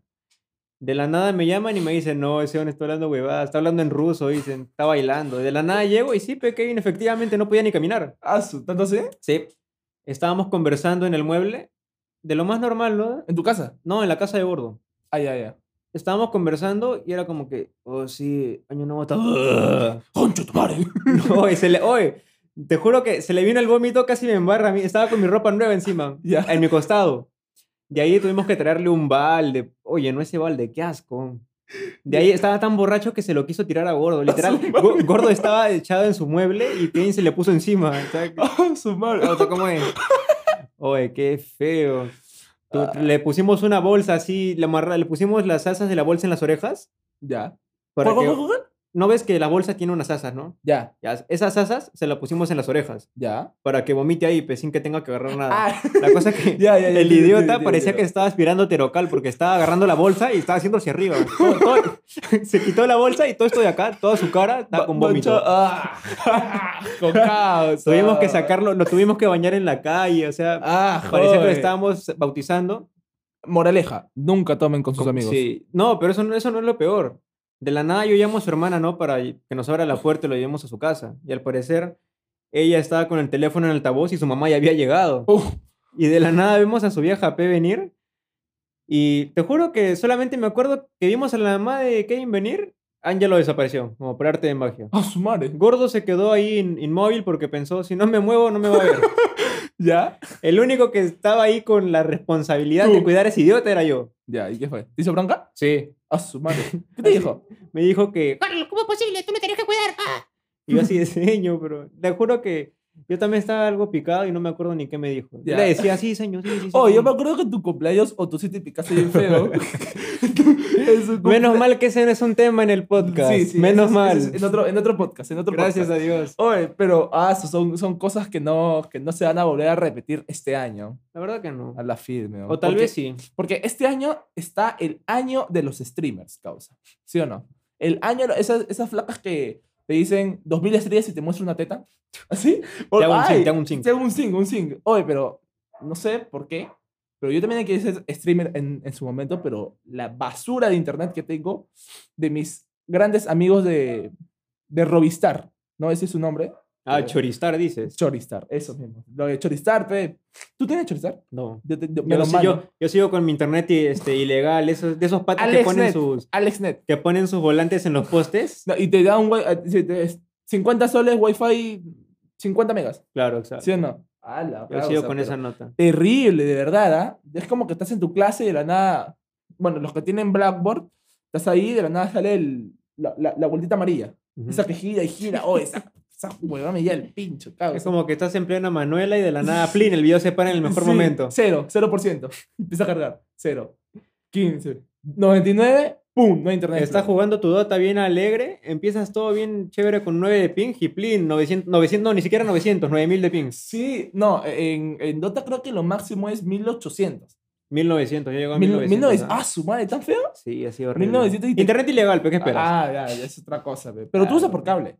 S2: De la nada me llaman y me dicen, no, ese hombre está hablando huevada, está hablando en ruso, dicen, está bailando. De la nada llego y sí, pe, Kevin efectivamente no podía ni caminar.
S1: Ah, su, ¿tanto así?
S2: Sí. Estábamos conversando en el mueble, de lo más normal, ¿no?
S1: ¿En tu casa?
S2: No, en la casa de gordo.
S1: Ah, ya, ya.
S2: estábamos conversando y era como que, oh, sí, año nuevo está. Ah.
S1: ¡Concho tu madre!
S2: Oye, se le, oye, te juro que se le vino el vómito, casi me embarra a mí. Estaba con mi ropa nueva encima,
S1: Ya.
S2: en mi costado. De ahí tuvimos que traerle un balde. Oye, no ese balde, qué asco. De ahí estaba tan borracho que se lo quiso tirar a Gordo. Literal, Go- Gordo estaba echado en su mueble y Kevin se le puso encima. o sea,
S1: Ah, su madre!
S2: Otto, ¿cómo es? Oye, qué feo. Tú- Le pusimos una bolsa así, le, amarra- le pusimos las asas de la bolsa en las orejas.
S1: Ya.
S2: Para
S1: ¿Juan,
S2: que-
S1: Juan, Juan, Juan?
S2: no ves que la bolsa tiene unas asas, ¿no?
S1: Ya,
S2: Ya, esas asas se las pusimos en las orejas
S1: ya.
S2: para que vomite ahí, pues, sin que tenga que agarrar nada.
S1: Ah,
S2: La cosa es que
S1: ya, ya, ya,
S2: el
S1: sí, sí,
S2: idiota
S1: sí,
S2: parecía
S1: sí.
S2: que estaba aspirando terocal porque estaba agarrando la bolsa y estaba haciendo hacia arriba. Todo- todo- se quitó la bolsa y todo esto de acá, toda su cara, estaba con
S1: Ba-
S2: vómito.
S1: mancha- Ah, con caos.
S2: Tuvimos que
S1: ah.
S2: sacarlo, lo tuvimos que bañar en la calle, o sea,
S1: Ah,
S2: parecía que lo
S1: joder.
S2: estábamos bautizando.
S1: Moraleja, nunca tomen con sus amigos.
S2: Sí. No, pero eso no, eso no es lo peor. De la nada yo llamo a su hermana, ¿no? Para que nos abra la puerta y lo llevemos a su casa. Y al parecer, ella estaba con el teléfono en altavoz y su mamá ya había llegado.
S1: Uf,
S2: Y de la nada vemos a su vieja P venir. Y te juro que solamente me acuerdo que vimos a la mamá de Kevin venir. Ángelo desapareció, como por arte de magia.
S1: a su madre.
S2: Gordo se quedó ahí in- inmóvil porque pensó, si no me muevo, no me va a ver.
S1: ¿Ya?
S2: el único que estaba ahí con la responsabilidad de
S1: Tú.
S2: cuidar a ese idiota era yo.
S1: Ya, ¿y qué fue? ¿Te hizo bronca?
S2: Sí.
S1: A su madre. ¿Qué te dijo?
S2: Me dijo que
S3: Carlos, ¿cómo es posible? Tú me tenías que cuidar. ¡Ah!
S2: Y yo así de seño, pero te juro que yo también estaba algo picado y no me acuerdo ni qué me dijo.
S1: Ya.
S2: Yo le decía, sí, señor, sí, sí, sí,
S1: Oh, yo
S2: señor".
S1: me acuerdo que en tu cumpleaños o tú sí te picaste bien feo. En su cumple-
S2: Menos mal que ese no es un tema en el podcast.
S1: Sí, sí, eso
S2: Menos
S1: es-
S2: mal.
S1: eso es en, otro, en otro podcast, en otro
S2: Gracias
S1: podcast.
S2: a Dios.
S1: Oye, pero ah, eso son, son cosas que no, que no se van a volver a repetir este año.
S2: La verdad que no.
S1: A la firme. ¿no?
S2: O tal
S1: Porque-
S2: vez sí.
S1: Porque este año está el año de los streamers, causa. ¿Sí o no? El año, esas, esas flacas que te dicen 2000 estrellas y te muestran una teta. ¿Así?
S2: Te hago un
S1: Ay,
S2: zinc, te hago un zinc.
S1: te hago un zinc, un zinc. Oye, pero no sé por qué. Pero yo también quería ser streamer en, en su momento, pero la basura de internet que tengo de mis grandes amigos de, de Robistar, ¿no? Ese es su nombre.
S2: Ah, choristar, dices.
S1: Choristar, eso mismo. Lo de Choristar, pe. ¿Tú tienes Choristar?
S2: No.
S1: Yo, te- yo-
S2: Yo,
S1: menos
S2: sí-
S1: mal, ¿no?
S2: yo, yo sigo con mi internet y, este, ilegal, esos, de esos patas que
S1: Alex
S2: ponen,
S1: Net.
S2: sus,
S1: AlexNet.
S2: que ponen sus volantes en los postes.
S1: No, y te da un wi- eh, si te- es 50 soles wifi 50 megas,
S2: Claro, exacto.
S1: ¿sí o no? A la
S2: Yo
S1: brava, o
S2: sigo
S1: sea,
S2: con
S1: pero
S2: esa nota.
S1: Terrible, de verdad, ¿ah? Es como que estás en tu clase y de la nada, bueno, los que tienen Blackboard, estás ahí y de la nada sale el- la, la, la vueltita amarilla,
S2: Ujú.
S1: esa que gira y gira, oh, esa Esa huevada me lleva el pincho, cabrón.
S2: Es como que estás en plena Manuela y de la nada Plin, el video se para en el mejor momento.
S1: Cero, 0%. Empieza a cargar. Cero. 15. 99. ¡Pum! No hay internet.
S2: Estás jugando tu Dota bien alegre, empiezas todo bien chévere con 9 de ping y Plin, 900, 900 no, ni siquiera 900, 9000 de pings.
S1: Sí, no, en, en Dota creo que lo máximo es 1800.
S2: 1900, ya llegó a
S1: Mil-
S2: 1900.
S1: 1900.
S2: ¿no?
S1: Ah, su madre, ¿tan feo?
S2: Sí, ha sido horrible.
S1: 1900 y te-
S2: Internet ilegal, pero ¿qué Ah, esperas?
S1: Ah, ya, ya es otra cosa. pe. Pero tú
S2: Claro.
S1: usas por cable.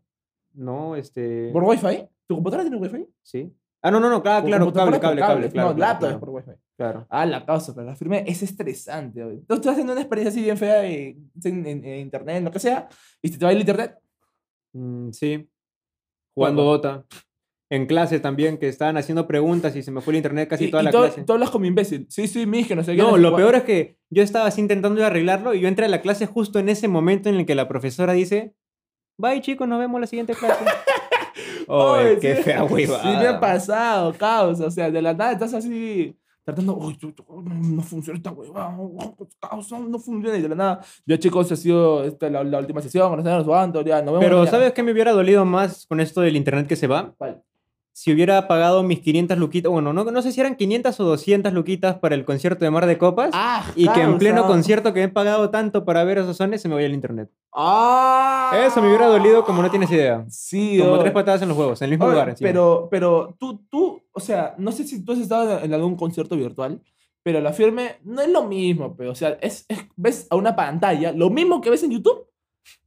S2: No, este.
S1: ¿Por wifi? ¿Tu computadora tiene wifi?
S2: Sí. Ah, no, no, no, claro,
S1: Tu
S2: claro,
S1: computadora
S2: cable,
S1: es por
S2: cable, cable,
S1: cables.
S2: claro.
S1: No,
S2: claro,
S1: laptop es
S2: claro,
S1: por wifi.
S2: claro.
S1: Ah, la causa, pero la firme es estresante. oye. Tú estás haciendo una experiencia así bien fea en, en- en- en internet, en lo que sea, y se te va el internet.
S2: Mm, sí. Jugando
S1: Bueno.
S2: Dota. En clase también, que estaban haciendo preguntas y se me fue el internet casi
S1: y,
S2: toda
S1: y
S2: la
S1: tú-
S2: clase.
S1: tú hablas como imbécil. Sí, sí, mis, que no sé qué.
S2: No,
S1: sé
S2: lo
S1: cuál.
S2: peor es que yo estaba así intentando de arreglarlo y yo entré a la clase justo en ese momento en el que la profesora dice, bye chicos, nos vemos en la siguiente clase.
S1: Oye,
S2: Oye, qué
S1: sí.
S2: fea
S1: Sí, me ha
S2: huevada.
S1: pasado, causa. O sea, de la nada estás así tratando, uy, tú- tú, no, no funciona esta huevada, oh, causa, no funciona. Y de la nada, ya chicos, ha sido esta, la, la última sesión, no sé, nos vamos, ya, nos vemos.
S2: Pero
S1: mañana".
S2: ¿sabes qué me hubiera dolido más con esto del internet que se va?
S1: ¿Cuál?
S2: Si hubiera pagado mis 500 luquitas, bueno, no, no sé si eran 500 o 200 luquitas para el concierto de Mar de Copas.
S1: Ah,
S2: y que en pleno
S1: causa.
S2: concierto que he pagado tanto para ver a esos sones se me vaya el internet.
S1: ¡Ah!
S2: Eso me hubiera dolido como no tienes idea.
S1: Sí,
S2: Como
S1: oye.
S2: tres patadas en los huevos, en el mismo
S1: Oye,
S2: lugar. encima.
S1: Pero, pero tú, tú, o sea, no sé si tú has estado en algún concierto virtual, pero la firme no es lo mismo, pero, o sea, es, es- ves a una pantalla, lo mismo que ves en YouTube,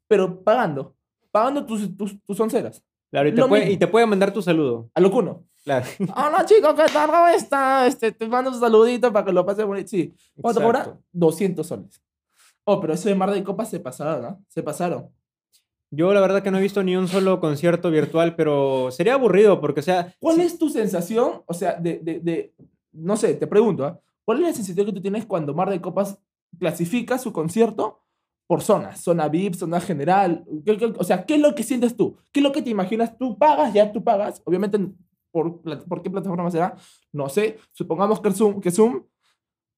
S1: pero pagando, pagando tus, tus, tus onceras,
S2: Claro, y te,
S1: lo
S2: puede,
S1: mismo.
S2: y te puede mandar tu saludo.
S1: a lo cuno.
S2: Claro.
S1: Hola chicos, ¿qué tal? ¿Cómo está? Este, te mando un saludito para que lo pases bonito. Sí, ¿cuánto
S2: Exacto.
S1: cobra? 200 soles. Oh, pero eso de Mar de Copas se pasaron, ¿no? Se pasaron.
S2: Yo la verdad que no he visto ni un solo concierto virtual, pero sería aburrido porque, o sea,
S1: ¿Cuál
S2: si-
S1: es tu sensación? O sea, de, de, de- no sé, te pregunto, ¿ah? ¿cuál es la sensación que tú tienes cuando Mar de Copas clasifica su concierto por zonas? Zona VIP, zona general. ¿Qué- qué- o sea, ¿qué es lo que sientes tú? ¿Qué es lo que te imaginas? Tú pagas, ya tú pagas. Obviamente, ¿por, pla- por qué plataforma será? No sé. Supongamos que Zoom, que Zoom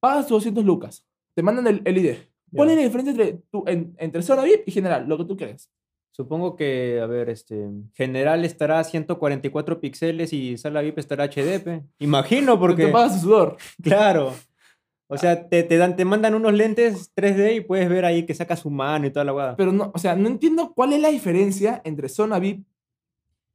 S1: pagas tus 200 lucas. Te mandan el, el ID. ¿Cuál
S2: Ya.
S1: es la diferencia entre, tu- en- entre zona VIP y general? Lo que tú crees.
S2: supongo que, a ver, este, general estará a 144 píxeles y sala VIP estará HD, pe. Imagino
S1: Porque
S2: porque,
S1: te pagas su sudor.
S2: claro. O sea, te, te, dan, te mandan unos lentes 3D y puedes ver ahí que saca su mano y toda la guada.
S1: Pero no, o sea, no entiendo cuál es la diferencia entre zona VIP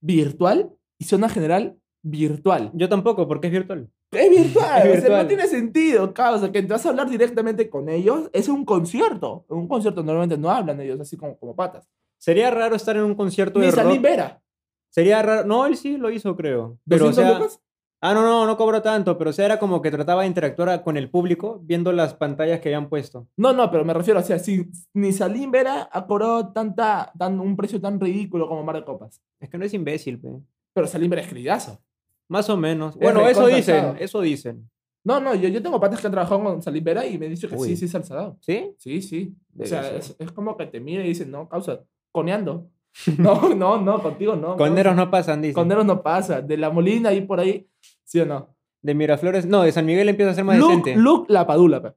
S1: virtual y zona general virtual.
S2: Yo tampoco, porque es virtual.
S1: Es virtual,
S2: Es
S1: o sea,
S2: virtual.
S1: no tiene sentido, causa, que te vas a hablar directamente con ellos. Es un concierto. En un concierto normalmente no hablan ellos así como, como patas.
S2: Sería raro estar en un concierto
S1: Ni
S2: de
S1: Salim
S2: rock.
S1: Vera.
S2: Sería raro. No, él sí lo hizo, creo. Pero, o
S1: 200
S2: sea,
S1: lucas.
S2: Ah, no, no, no cobró tanto, pero o sea, era como que trataba de interactuar a- con el público viendo las pantallas que habían puesto.
S1: No, no, pero me refiero, o sea, si ni Salim Vera ha cobrado tanta, tan, un precio tan ridículo como Mar de Copas.
S2: Es que no es imbécil, pe.
S1: Pero Salim Vera es queridazo.
S2: Más o menos.
S1: Es
S2: Bueno, eso dicen,
S1: recontrasado.
S2: eso dicen.
S1: No, no, yo, yo tengo patas que han trabajado con Salim Vera y me dicen que
S2: Uy.
S1: sí, sí es alzado.
S2: ¿Sí?
S1: Sí, sí.
S2: Debe
S1: o sea,
S2: ser.
S1: es, es como que te mira y dice, no, causa, coneando. No, no, no, contigo no.
S2: Conderos no pasan, dicen.
S1: Conderos no pasa. De la Molina ahí por ahí, ¿sí o no?
S2: De Miraflores, no, de San Miguel empieza a ser más
S1: Luke,
S2: decente.
S1: Luke la padula, pe.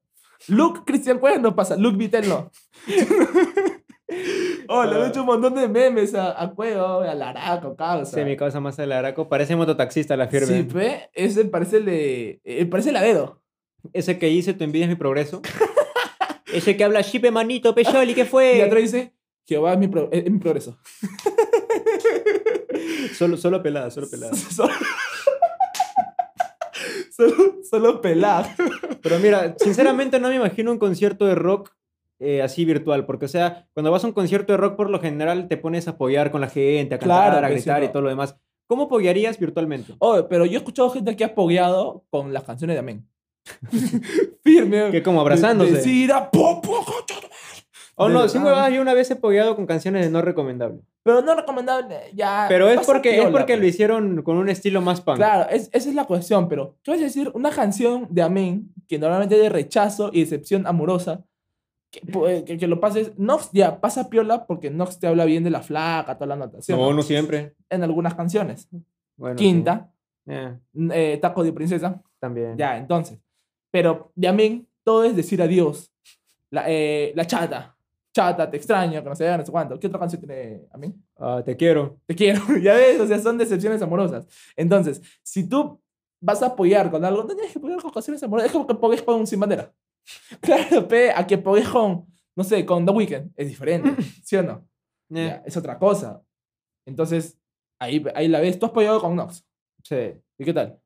S1: Luke Cristian Cuevas no pasa, Luke Vitel no. oh, le
S2: Ah.
S1: han hecho un montón de memes a, a Cueva, a Laraco, causa.
S2: Sí, mi causa más del Araco. Parece mototaxista la firme.
S1: Sí, pe, ese parece el de. eh, parece el Avedo.
S2: Ese que hice, tu envidia es mi progreso. Ese que habla chipe manito, pecholi, ¿qué
S1: Y
S2: fue?
S1: atrás dice: Jehová es mi, pro- es mi progreso.
S2: Solo, solo pelada, solo pelada.
S1: Solo, solo, solo pelado.
S2: Pero mira, sinceramente no me imagino un concierto de rock eh, así virtual, porque o sea, cuando vas a un concierto de rock por lo general te pones a apoyar con la gente, a cantar,
S1: Claro,
S2: a
S1: pues,
S2: gritar
S1: sí,
S2: y
S1: no.
S2: todo lo demás. ¿Cómo apoyarías virtualmente?
S1: Oye, pero yo he escuchado gente que ha pogueado con las canciones de Amén. Firme.
S2: Que como abrazándose.
S1: De- decir, ah, po, po, concha tu madre.
S2: O
S1: de
S2: no,
S1: verdad.
S2: sin huevadas, yo una vez he apoyado con canciones de no recomendable.
S1: Pero no recomendable, ya.
S2: Pero es
S1: Ah, pasa
S2: porque, es
S1: piola,
S2: porque
S1: pues.
S2: lo hicieron con un estilo más punk.
S1: Claro, es- esa es la cuestión, pero ¿qué vas a decir? Una canción de Amén, que normalmente es de rechazo y decepción amorosa, que, pues, que, que lo pases. Nox ya pasa piola porque Nox te habla bien de la flaca, toda la notación.
S2: No, no siempre.
S1: En algunas canciones.
S2: Bueno, sí.
S1: Quinta,
S2: Eh,
S1: eh, Taco de Princesa.
S2: también.
S1: Ya, entonces. Pero de Amén, todo es decir adiós. La, eh, la chata. Chata, te extraño, que no sé, no sé cuánto. ¿Qué otra canción tiene a mí?
S2: Ah, te quiero.
S1: Te quiero, ya ves, o sea, son decepciones amorosas. Entonces, si tú vas a apoyar con algo, no tienes que apoyar con canciones amorosas. Es como que apoyes con Sin Bandera. Claro, pe, a que apoyes con, no sé, con The Weeknd. Es diferente, ¿sí o no?
S2: Eh,
S1: Ya, es otra cosa. Entonces, ahí, ahí la ves. Tú has apoyado con Nox.
S2: sí.
S1: ¿Y qué tal?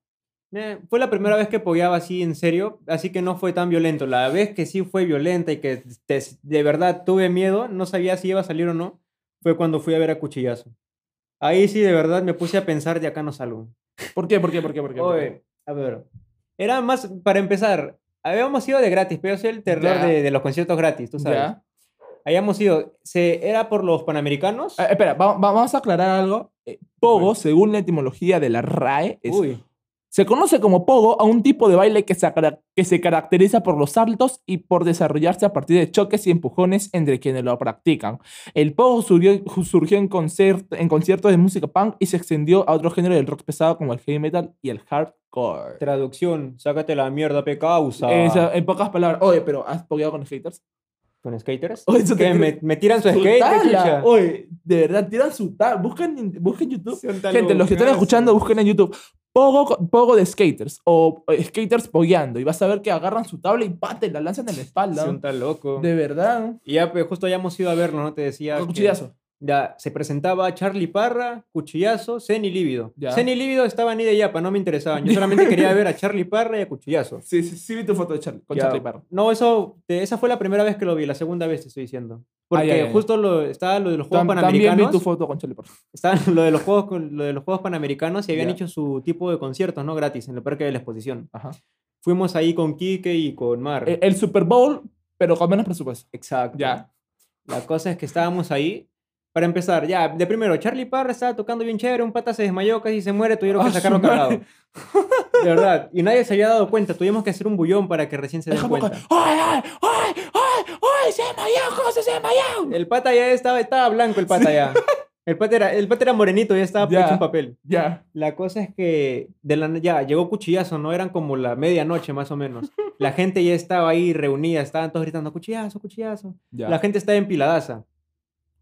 S2: Eh, fue la primera vez que apoyaba así en serio, así que no fue tan violento. La vez que sí fue violenta y que te- de verdad tuve miedo, no sabía si iba a salir o no, fue cuando fui a ver a Cuchillazo. Ahí sí de verdad me puse a pensar, de acá no salgo.
S1: ¿Por qué? ¿Por qué? ¿Por qué? ¿Por qué? ¿Por qué?
S2: Oye, a ver, era más, para empezar, habíamos ido de gratis, pero yo soy el terror
S1: Ya.
S2: de, de los conciertos gratis, tú sabes.
S1: Ya.
S2: Habíamos ido, se, era por los panamericanos.
S1: Eh, espera, va- va- vamos a aclarar algo. Eh, Pogo, según la etimología de la RAE, es
S2: Uy,
S1: Se conoce como pogo a un tipo de baile que se, acara- que se caracteriza por los saltos y por desarrollarse a partir de choques y empujones entre quienes lo practican. El pogo surgió, surgió en, concer- en conciertos de música punk y se extendió a otro género del rock pesado como el heavy metal y el hardcore.
S2: traducción, sácate la mierda, pe causa.
S1: Esa- en pocas palabras, oye, pero ¿has pogueado con haters?
S2: ¿Con skaters?
S1: Oye, eso te
S2: Que
S1: creo.
S2: me, me tiran su
S1: Su
S2: skate, pe,
S1: tabla,
S2: chucha.
S1: oye, de verdad, tiran su tabla. Busquen, en- busquen YouTube Gente, los que están
S2: Son
S1: escuchando,
S2: talugazo.
S1: busquen en YouTube pogo, co- pogo de skaters o eh, skaters pogueando y vas a ver que agarran su tabla y pate, la lanzan en la
S2: Son
S1: espalda.
S2: tan loco.
S1: De verdad.
S2: Y ya, pues, justo hayamos ido a verlo, ¿no? Te decía.
S1: Con
S2: que
S1: cuchillazo.
S2: Ya, se presentaba Charlie Parra, Cuchillazo, Zen y Lívido.
S1: Ya.
S2: Zen y Lívido estaban ida y yapa, no me interesaban. Yo solamente quería ver a Charlie Parra y a Cuchillazo.
S1: Sí, sí, sí vi tu foto de Charlie, con
S2: Ya.
S1: Charlie Parra.
S2: No, eso, te- esa fue la primera vez que lo vi, la segunda vez te estoy diciendo. Porque
S1: ya, ya.
S2: justo lo, estaba lo de los Juegos
S1: Tam- también vi
S2: Panamericanos.
S1: tu foto con Charlie Parra.
S2: Estaban lo de los Juegos, con- lo de los juegos Panamericanos y habían
S1: Ya.
S2: hecho su tipo de conciertos, ¿no? Gratis, en el parque de la exposición.
S1: Ajá.
S2: Fuimos ahí con Quique y con Mar.
S1: El, el Super Bowl, pero con menos presupuesto.
S2: Exacto.
S1: Ya.
S2: La cosa es que estábamos ahí. Para empezar, ya, de primero, Charlie Parra estaba tocando bien chévere, un pata se desmayó, casi se muere, tuvieron que
S1: Ah, su
S2: sacarlo
S1: madre.
S2: cagado. De verdad, y nadie se había dado cuenta, tuvimos que hacer un bullón para que recién se den
S1: Dejamos con...
S2: cuenta.
S1: ¡Ay, ay, ay, ay! ¡Ay, se ha desmayado! ¿Cómo se ha desmayado?
S2: El pata ya estaba, estaba blanco el pata ya. El pata, era, el pata era morenito, ya estaba
S1: Ya.
S2: hecho un papel.
S1: Ya.
S2: La cosa es que de la, ya llegó cuchillazo, ¿no? Eran como la medianoche más o menos. La gente ya estaba ahí reunida, estaban todos gritando cuchillazo, cuchillazo.
S1: Ya.
S2: La gente estaba empiladaza.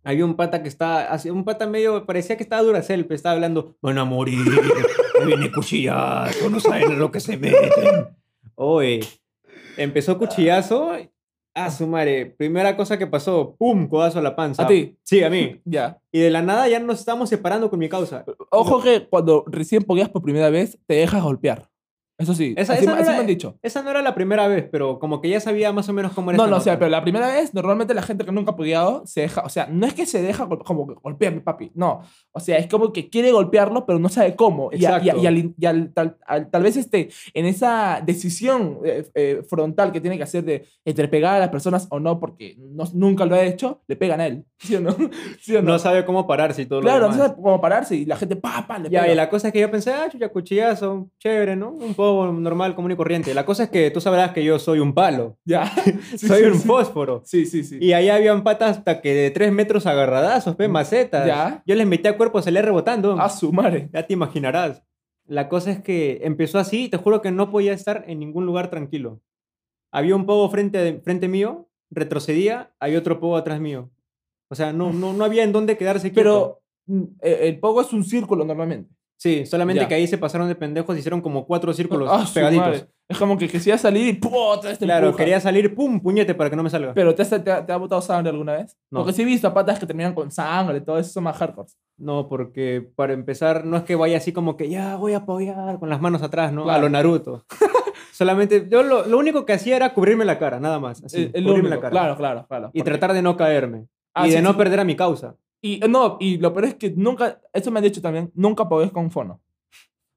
S2: Había un pata que estaba, así, un pata medio, parecía que estaba Duracell, pero estaba hablando, van a morir, me viene cuchillazo, no saben a lo que se meten. Oye, empezó cuchillazo, a su madre, primera cosa que pasó, pum, codazo a la panza.
S1: A ti.
S2: Sí, a mí.
S1: Ya.
S2: Y de la nada ya nos estamos separando con mi causa.
S1: Ojo que cuando recién pogueas por primera vez, te dejas golpear. Eso sí.
S2: Esa-
S1: así
S2: esa
S1: me-
S2: no
S1: así
S2: era-
S1: me han dicho.
S2: Esa no era la primera vez, pero como que ya sabía más o menos cómo era
S1: No,
S2: esta
S1: no, o sea,
S2: nota.
S1: pero la primera vez, normalmente la gente que nunca ha peleado se deja, o sea, no es que se deja gol- como que golpearme, papi, no. O sea, es como que quiere golpearlo, pero no sabe cómo. Y, a- y a- y al, y al- tal, al- tal vez este, en esa decisión eh, eh, frontal que tiene que hacer de entre pegar a las personas o no, porque no- nunca lo ha hecho, le pegan a él. ¿Sí o no? ¿Sí o no?
S2: No sabe cómo pararse y todo
S1: claro,
S2: lo
S1: no
S2: demás.
S1: sabe cómo pararse y la gente, pa, pa, le
S2: Ya,
S1: pega.
S2: y la cosa es que yo pensé, ah, chucha, cuchillazo, chévere, ¿no? Un poco normal, común y corriente. La cosa es que tú sabrás que yo soy un palo,
S1: Ya. Sí,
S2: soy
S1: sí,
S2: un
S1: sí.
S2: fósforo.
S1: Sí, sí, sí. Mm,
S2: Y ahí habían patas hasta que de tres metros agarradazos, pe, macetas.
S1: Ya.
S2: Yo les metí a cuerpo, salía rebotando.
S1: A su madre.
S2: Ya te imaginarás. La cosa es que empezó así y te juro que no podía estar en ningún lugar tranquilo. Había un poco frente, de- frente mío, retrocedía, había otro poco atrás mío. O sea, no, no, no había en dónde quedarse quieto.
S1: Pero mm, eh, el pogo es un círculo normalmente.
S2: Sí, solamente
S1: Ya.
S2: que ahí se pasaron de pendejos, hicieron como cuatro círculos
S1: Ah, su
S2: pegaditos.
S1: madre. Es como que quisiera salir y ¡pum! te
S2: Claro,
S1: empuja.
S2: quería salir, pum, puñete para que no me salga.
S1: Pero ¿te, has- te, ha- te ha botado sangre alguna vez?
S2: No.
S1: Porque sí he visto patas que terminan con sangre y todo eso, son más hardcore.
S2: No, porque para empezar, no es que vaya así como que ya voy a apoyar con las manos atrás, ¿no? A
S1: Claro.
S2: lo Naruto. Solamente, yo lo, lo único que hacía era cubrirme la cara, nada más. Así,
S1: Es- es lo
S2: cubrirme la
S1: único.
S2: cara.
S1: Claro, claro, claro.
S2: Y
S1: Porque-
S2: tratar de no caerme.
S1: Ah,
S2: y
S1: sí,
S2: de no
S1: sí.
S2: perder a mi causa.
S1: Y eh, no, y lo peor es que nunca, eso me han dicho también, nunca podés con fono.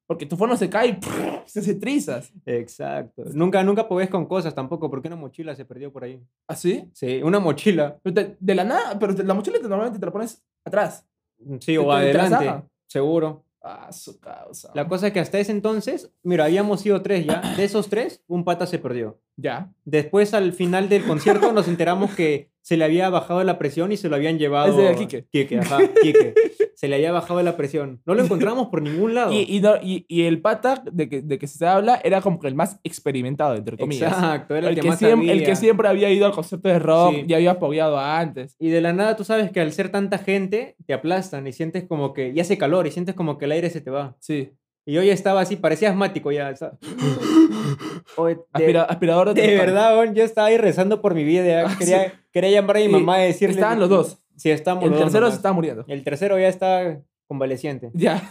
S1: Porque tu fono se cae y ¡prrr! se, se trizas.
S2: Exacto. Nunca, nunca podés con cosas tampoco, porque una mochila se perdió por ahí.
S1: ¿Así?
S2: Sí, una mochila.
S1: ¿Ah, Pero te- de la nada, pero te- la mochila te- normalmente te la pones atrás.
S2: mm, Sí,
S1: ¿Te-
S2: o
S1: te- te la
S2: adelante.
S1: sacan?
S2: Seguro.
S1: Ah, su causa.
S2: La cosa es que hasta ese entonces, mira, habíamos sido tres ya. De esos tres, un pata se perdió.
S1: Ya.
S2: Después, al final del concierto, nos enteramos que se le había bajado la presión y se lo habían llevado.
S1: Ese era Quique.
S2: Quique, ajá, Quique. se le haya bajado la presión. No lo encontramos por ningún lado.
S1: Y, y no- y- y el pata de que, de que se habla era como que el más experimentado, entre comillas.
S2: Exacto, era el, que, más
S1: siem-
S2: sabía.
S1: el que siempre había ido al concepto de rock,
S2: Sí.
S1: ya había apoyado antes.
S2: Y de la nada tú sabes que al ser tanta gente te aplastan y sientes como que y hace calor y sientes como que el aire se te va.
S1: Sí.
S2: Y yo ya estaba así, parecía asmático ya. ¿sabes? Oye, de-
S1: Aspira- aspiradora
S2: de
S1: trotando.
S2: verdad, weón, yo estaba ahí rezando por mi vida. ya
S1: Ah,
S2: Quería, quería llamar a mi
S1: Sí,
S2: mamá y decirle. "Mm,
S1: Estaban los dos.
S2: Sí, estábamos
S1: El
S2: los dos
S1: tercero se
S2: nomás.
S1: estaba muriendo.
S2: El tercero ya está convaleciente.
S1: Ya.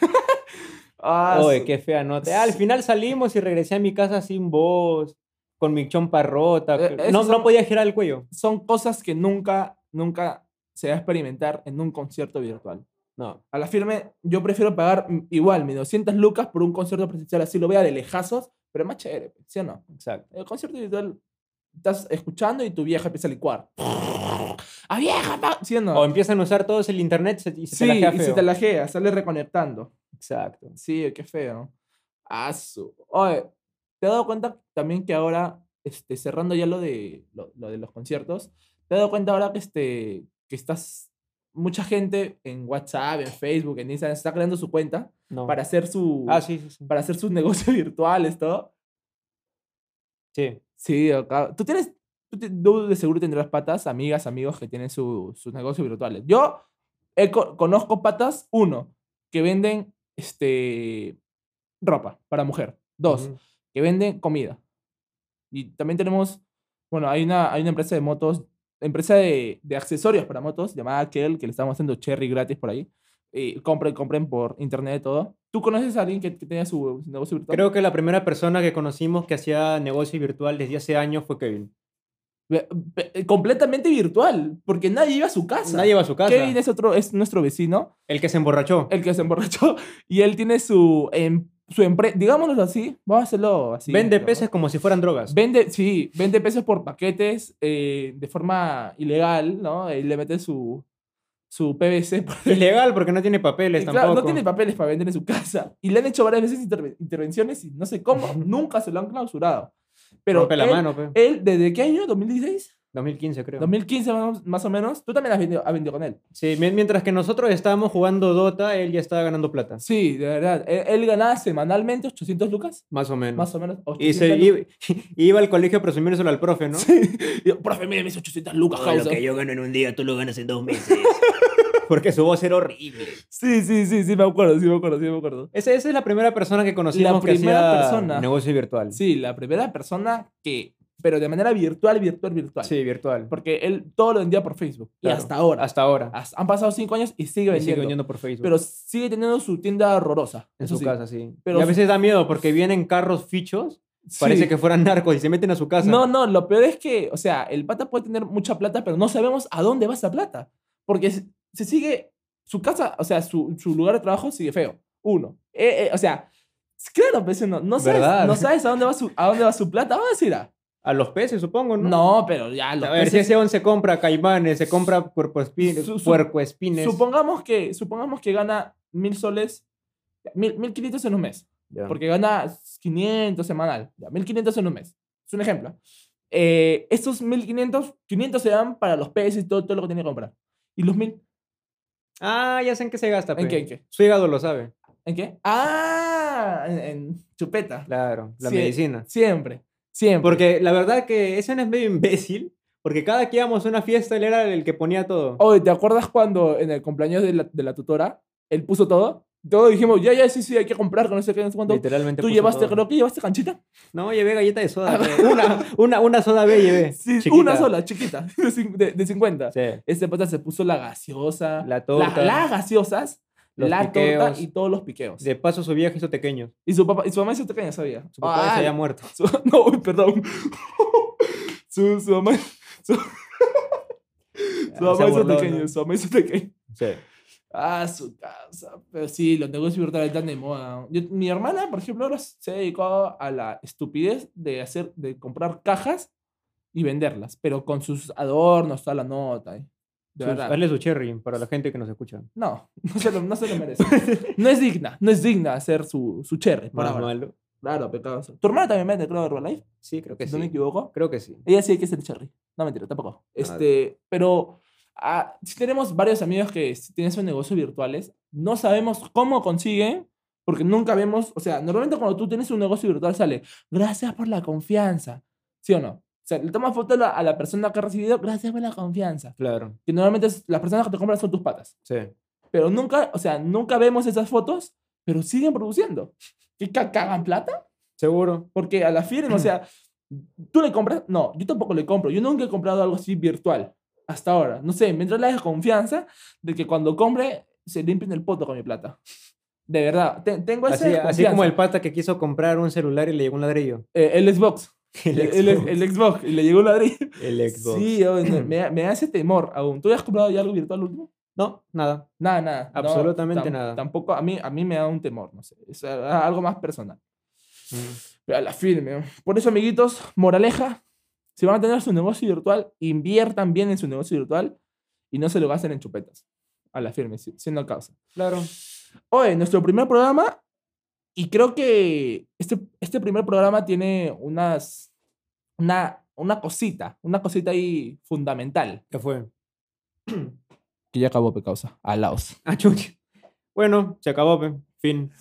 S1: Ah,
S2: Oye,
S1: su-
S2: qué fea nota. Al final salimos y regresé a mi casa sin voz, con mi chompa rota.
S1: Eh,
S2: que-
S1: esos
S2: no,
S1: son-
S2: no podía girar el cuello.
S1: Son cosas que nunca, nunca se va a experimentar en un concierto virtual.
S2: No.
S1: A la firme, yo prefiero pagar mm, igual mis 200 lucas por un concierto presencial, así lo vea de lejazos, pero es más chévere, ¿sí o no?
S2: Exacto.
S1: El concierto virtual estás escuchando y tu vieja empieza a licuar. ¡A vieja! pa-! ¿Sí o no?
S2: O empiezan a usar todos el internet se- y se
S1: Ah. sí,
S2: te lajea
S1: y se
S2: feo.
S1: te lajea, sale reconectando.
S2: Exacto.
S1: Sí, qué feo. Asu. Oye, ¿te has dado cuenta también que ahora, este, cerrando ya lo de, lo, lo de los conciertos, ¿te has dado cuenta ahora que, este, que estás, mucha gente en WhatsApp, en Facebook, en Instagram, está creando su cuenta
S2: No.
S1: para hacer su,
S2: Ah, sí, sí, sí.
S1: para hacer sus negocios virtuales, todo?
S2: Sí.
S1: Sí, acá. Tú tienes, tú, te- tú de seguro tendrás patas, amigas, amigos que tienen su- sus negocios virtuales. Yo he co- conozco patas, uno, que venden este, ropa para mujer. Dos,
S2: Ujú.
S1: que venden comida. Y también tenemos, bueno, hay una, hay una empresa de motos, empresa de, de accesorios para motos llamada Kell, que le estamos haciendo cherry gratis por ahí. Y compren, compren por internet todo. ¿Tú conoces a alguien que, que tenga su negocio virtual?
S2: Creo que la primera persona que conocimos que hacía negocio virtual desde hace años fue Kevin.
S1: Ve- ve- Completamente virtual, porque nadie iba a su casa.
S2: Nadie va a su casa.
S1: Kevin es, otro, es nuestro vecino,
S2: El que se emborrachó.
S1: el que se emborrachó, y él tiene su, em- su empresa, digámoslo así, vamos a hacerlo así.
S2: Vende
S1: ¿no?
S2: peces como si fueran drogas.
S1: Vende, sí, vende pesos por paquetes eh, de forma ilegal, ¿no? Y le mete su, su PVC. por-
S2: Ilegal porque no tiene papeles
S1: Y claro, no
S2: tampoco.
S1: tiene papeles para vender en su casa. Y le han hecho varias veces interve- intervenciones y no sé cómo, nunca se lo han clausurado. Pero
S2: Rompe la
S1: él,
S2: mano, pe.
S1: él, ¿desde qué año? ¿2016?
S2: 2015 creo.
S1: 2015 más- más o menos. Tú también has vendido, has vendido con él.
S2: Sí, mien- mientras que nosotros estábamos jugando Dota, él ya estaba ganando plata.
S1: Sí, de verdad. Él, él ganaba semanalmente 800 lucas,
S2: Más o menos.
S1: más o menos.
S2: y
S1: 800
S2: se
S1: lucas.
S2: iba, iba al colegio a presumírselo al profe, ¿no?
S1: Y yo, Profe, mire mis 800 lucas,
S4: Todo
S1: causa".
S4: lo que yo gano en un día, tú lo ganas en dos meses.
S2: Porque su voz era horrible.
S1: Sí, sí, sí, sí, me acuerdo, sí, me acuerdo, sí, me acuerdo.
S2: Esa, esa es la primera persona que conocimos
S1: La
S2: que
S1: primera
S2: hacía
S1: persona.
S2: negocio virtual.
S1: Sí, la primera persona que, pero de manera virtual, virtual, virtual.
S2: Sí, virtual.
S1: Porque él todo lo vendía por Facebook. Y
S2: Claro.
S1: hasta ahora.
S2: Hasta ahora.
S1: Has- han pasado 5 años y sigue
S2: Y
S1: vendiendo.
S2: sigue vendiendo por Facebook.
S1: Pero sigue teniendo su tienda horrorosa.
S2: en
S1: eso
S2: su
S1: sí.
S2: casa, sí.
S1: Pero
S2: y a
S1: su-
S2: veces da miedo porque vienen carros fichos,
S1: Sí.
S2: parece que fueran narcos y se meten a su casa.
S1: No, no, lo peor es que, o sea, el pata puede tener mucha plata, pero no sabemos a dónde va esa plata. Porque se se sigue, su casa, o sea, su, su lugar de trabajo sigue feo. Uno. Eh, eh, o sea, s- claro, pues no, no, sabes,
S2: ¿Verdad?
S1: no sabes a dónde va su, a dónde va su plata. ¿A dónde se irá?
S2: A los peces, supongo, ¿no?
S1: No, pero ya los
S2: A ver, si
S1: peces-
S2: ese on se compra caimanes, se compra puercoespines.
S1: Su- su-
S2: puercoespines.
S1: supongamos, que, supongamos que gana mil soles, mil, mil quinientos en un mes.
S2: Ya.
S1: Porque gana 500 semanal, ya, 1500 en un mes. Es un ejemplo. Eh, estos 1500, 500 se dan para los peces y todo, todo lo que tiene que comprar. ¿Y los 1000?
S2: Ah, ya sé en qué se gasta.
S1: ¿En
S2: pe.
S1: qué? ¿En qué?
S2: Su hígado lo sabe.
S1: ¿En qué? ¡Ah! En, en chupeta.
S2: Claro, la
S1: Sí.
S2: medicina.
S1: Siempre, siempre.
S2: Porque la verdad que ese no es medio imbécil, porque cada que íbamos a una fiesta él era el que ponía todo.
S1: Oye, ¿te acuerdas cuando en el cumpleaños de la, de la tutora, él puso todo? Todos dijimos, ya, ya, sí, sí, hay que comprar, que no sé qué, no sé cuánto.
S2: Literalmente.
S1: ¿Tú
S2: puso
S1: llevaste,
S2: todo.
S1: creo que llevaste canchita?
S2: No, llevé galleta de soda. pe. una, una, una soda B llevé.
S1: Sí,
S2: chiquita.
S1: una sola, chiquita, de, cin- de- de 50.
S2: Sí.
S1: Este pata se puso la gaseosa.
S2: La torta.
S1: la- las gaseosas,
S2: Los
S1: la
S2: piqueos.
S1: torta y todos los piqueos.
S2: De paso su vieja hizo pequeño.
S1: Y su papá, y su mamá hizo pequeña, sabía.
S2: Su papá se
S1: Ay,
S2: había muerto.
S1: su- no, uy, perdón. su, su mamá, su, su
S2: Ah, se
S1: mamá hizo
S2: burló,
S1: pequeño,
S2: ¿no?
S1: su mamá hizo pequeño.
S2: Sí.
S1: Ah, su casa. Pero sí, los negocios virtuales están de moda. Yo- mi hermana, por ejemplo, ahora se ha dedicado a la estupidez de hacer, de comprar cajas y venderlas, pero con sus adornos, toda la nota. ¿eh? De
S2: Sus-
S1: verdad.
S2: hazle su cherry para la gente que nos escucha.
S1: No, no se lo, no se lo merece. No es digna, no es digna hacer su, su cherry. Por
S2: Más
S1: ahora.
S2: malo.
S1: Claro, pecado. Tu hermana también vende, creo, Herbalife,
S2: Sí, creo que
S1: si
S2: sí.
S1: no me equivoco.
S2: Creo que sí.
S1: Ella sí hay que hacer cherry. No, mentira, tampoco. Este, pero ah, sí tenemos varios amigos que s- tienen esos negocios virtuales, no sabemos cómo consiguen, porque nunca vemos, o sea, normalmente cuando tú tienes un negocio virtual sale, gracias por la confianza, ¿sí o no? O sea, le tomas foto a la, a la persona que ha recibido, gracias por la confianza.
S2: Claro,
S1: Que normalmente es- las personas que te compran son tus patas.
S2: sí.
S1: Pero nunca, o sea, nunca vemos esas fotos, pero siguen produciendo. ¿Qué ca- cagan plata?
S2: Seguro.
S1: Porque a la firma, o sea, tú le compras. No, yo tampoco le compro. Yo nunca he comprado algo así virtual hasta ahora. No sé, me entra la desconfianza de que cuando compre se limpien el poto con mi plata. De verdad, te- tengo esa
S2: Así, así como
S1: desconfianza.
S2: el pata que quiso comprar un celular y le llegó un ladrillo.
S1: Eh, el, Xbox.
S2: El
S1: El, el- el Xbox. Y le llegó un ladrillo.
S2: El Xbox.
S1: Sí, oh, no, me, da- me da ese temor aún. ¿Tú has comprado ya algo virtual último?
S2: No, nada.
S1: Nada, nada. No,
S2: Absolutamente
S1: tam-
S2: nada.
S1: Tampoco, a mí, a mí me da un temor, no sé. Es ah, algo más personal. Pero a la firme. ¿no? Por eso, amiguitos, moraleja, si van a tener su negocio virtual, inviertan bien en su negocio virtual y no se lo gasten en chupetas. A la firme, si- siendo causa.
S2: Claro.
S1: Oye, nuestro primer programa, y creo que este, este primer programa tiene unas, una, una cosita, una cosita ahí fundamental.
S2: ¿Qué fue?
S1: Que ya acabó, pe causa. Alaos.
S2: Ah, chucha. Bueno, se acabó, pe. Fin.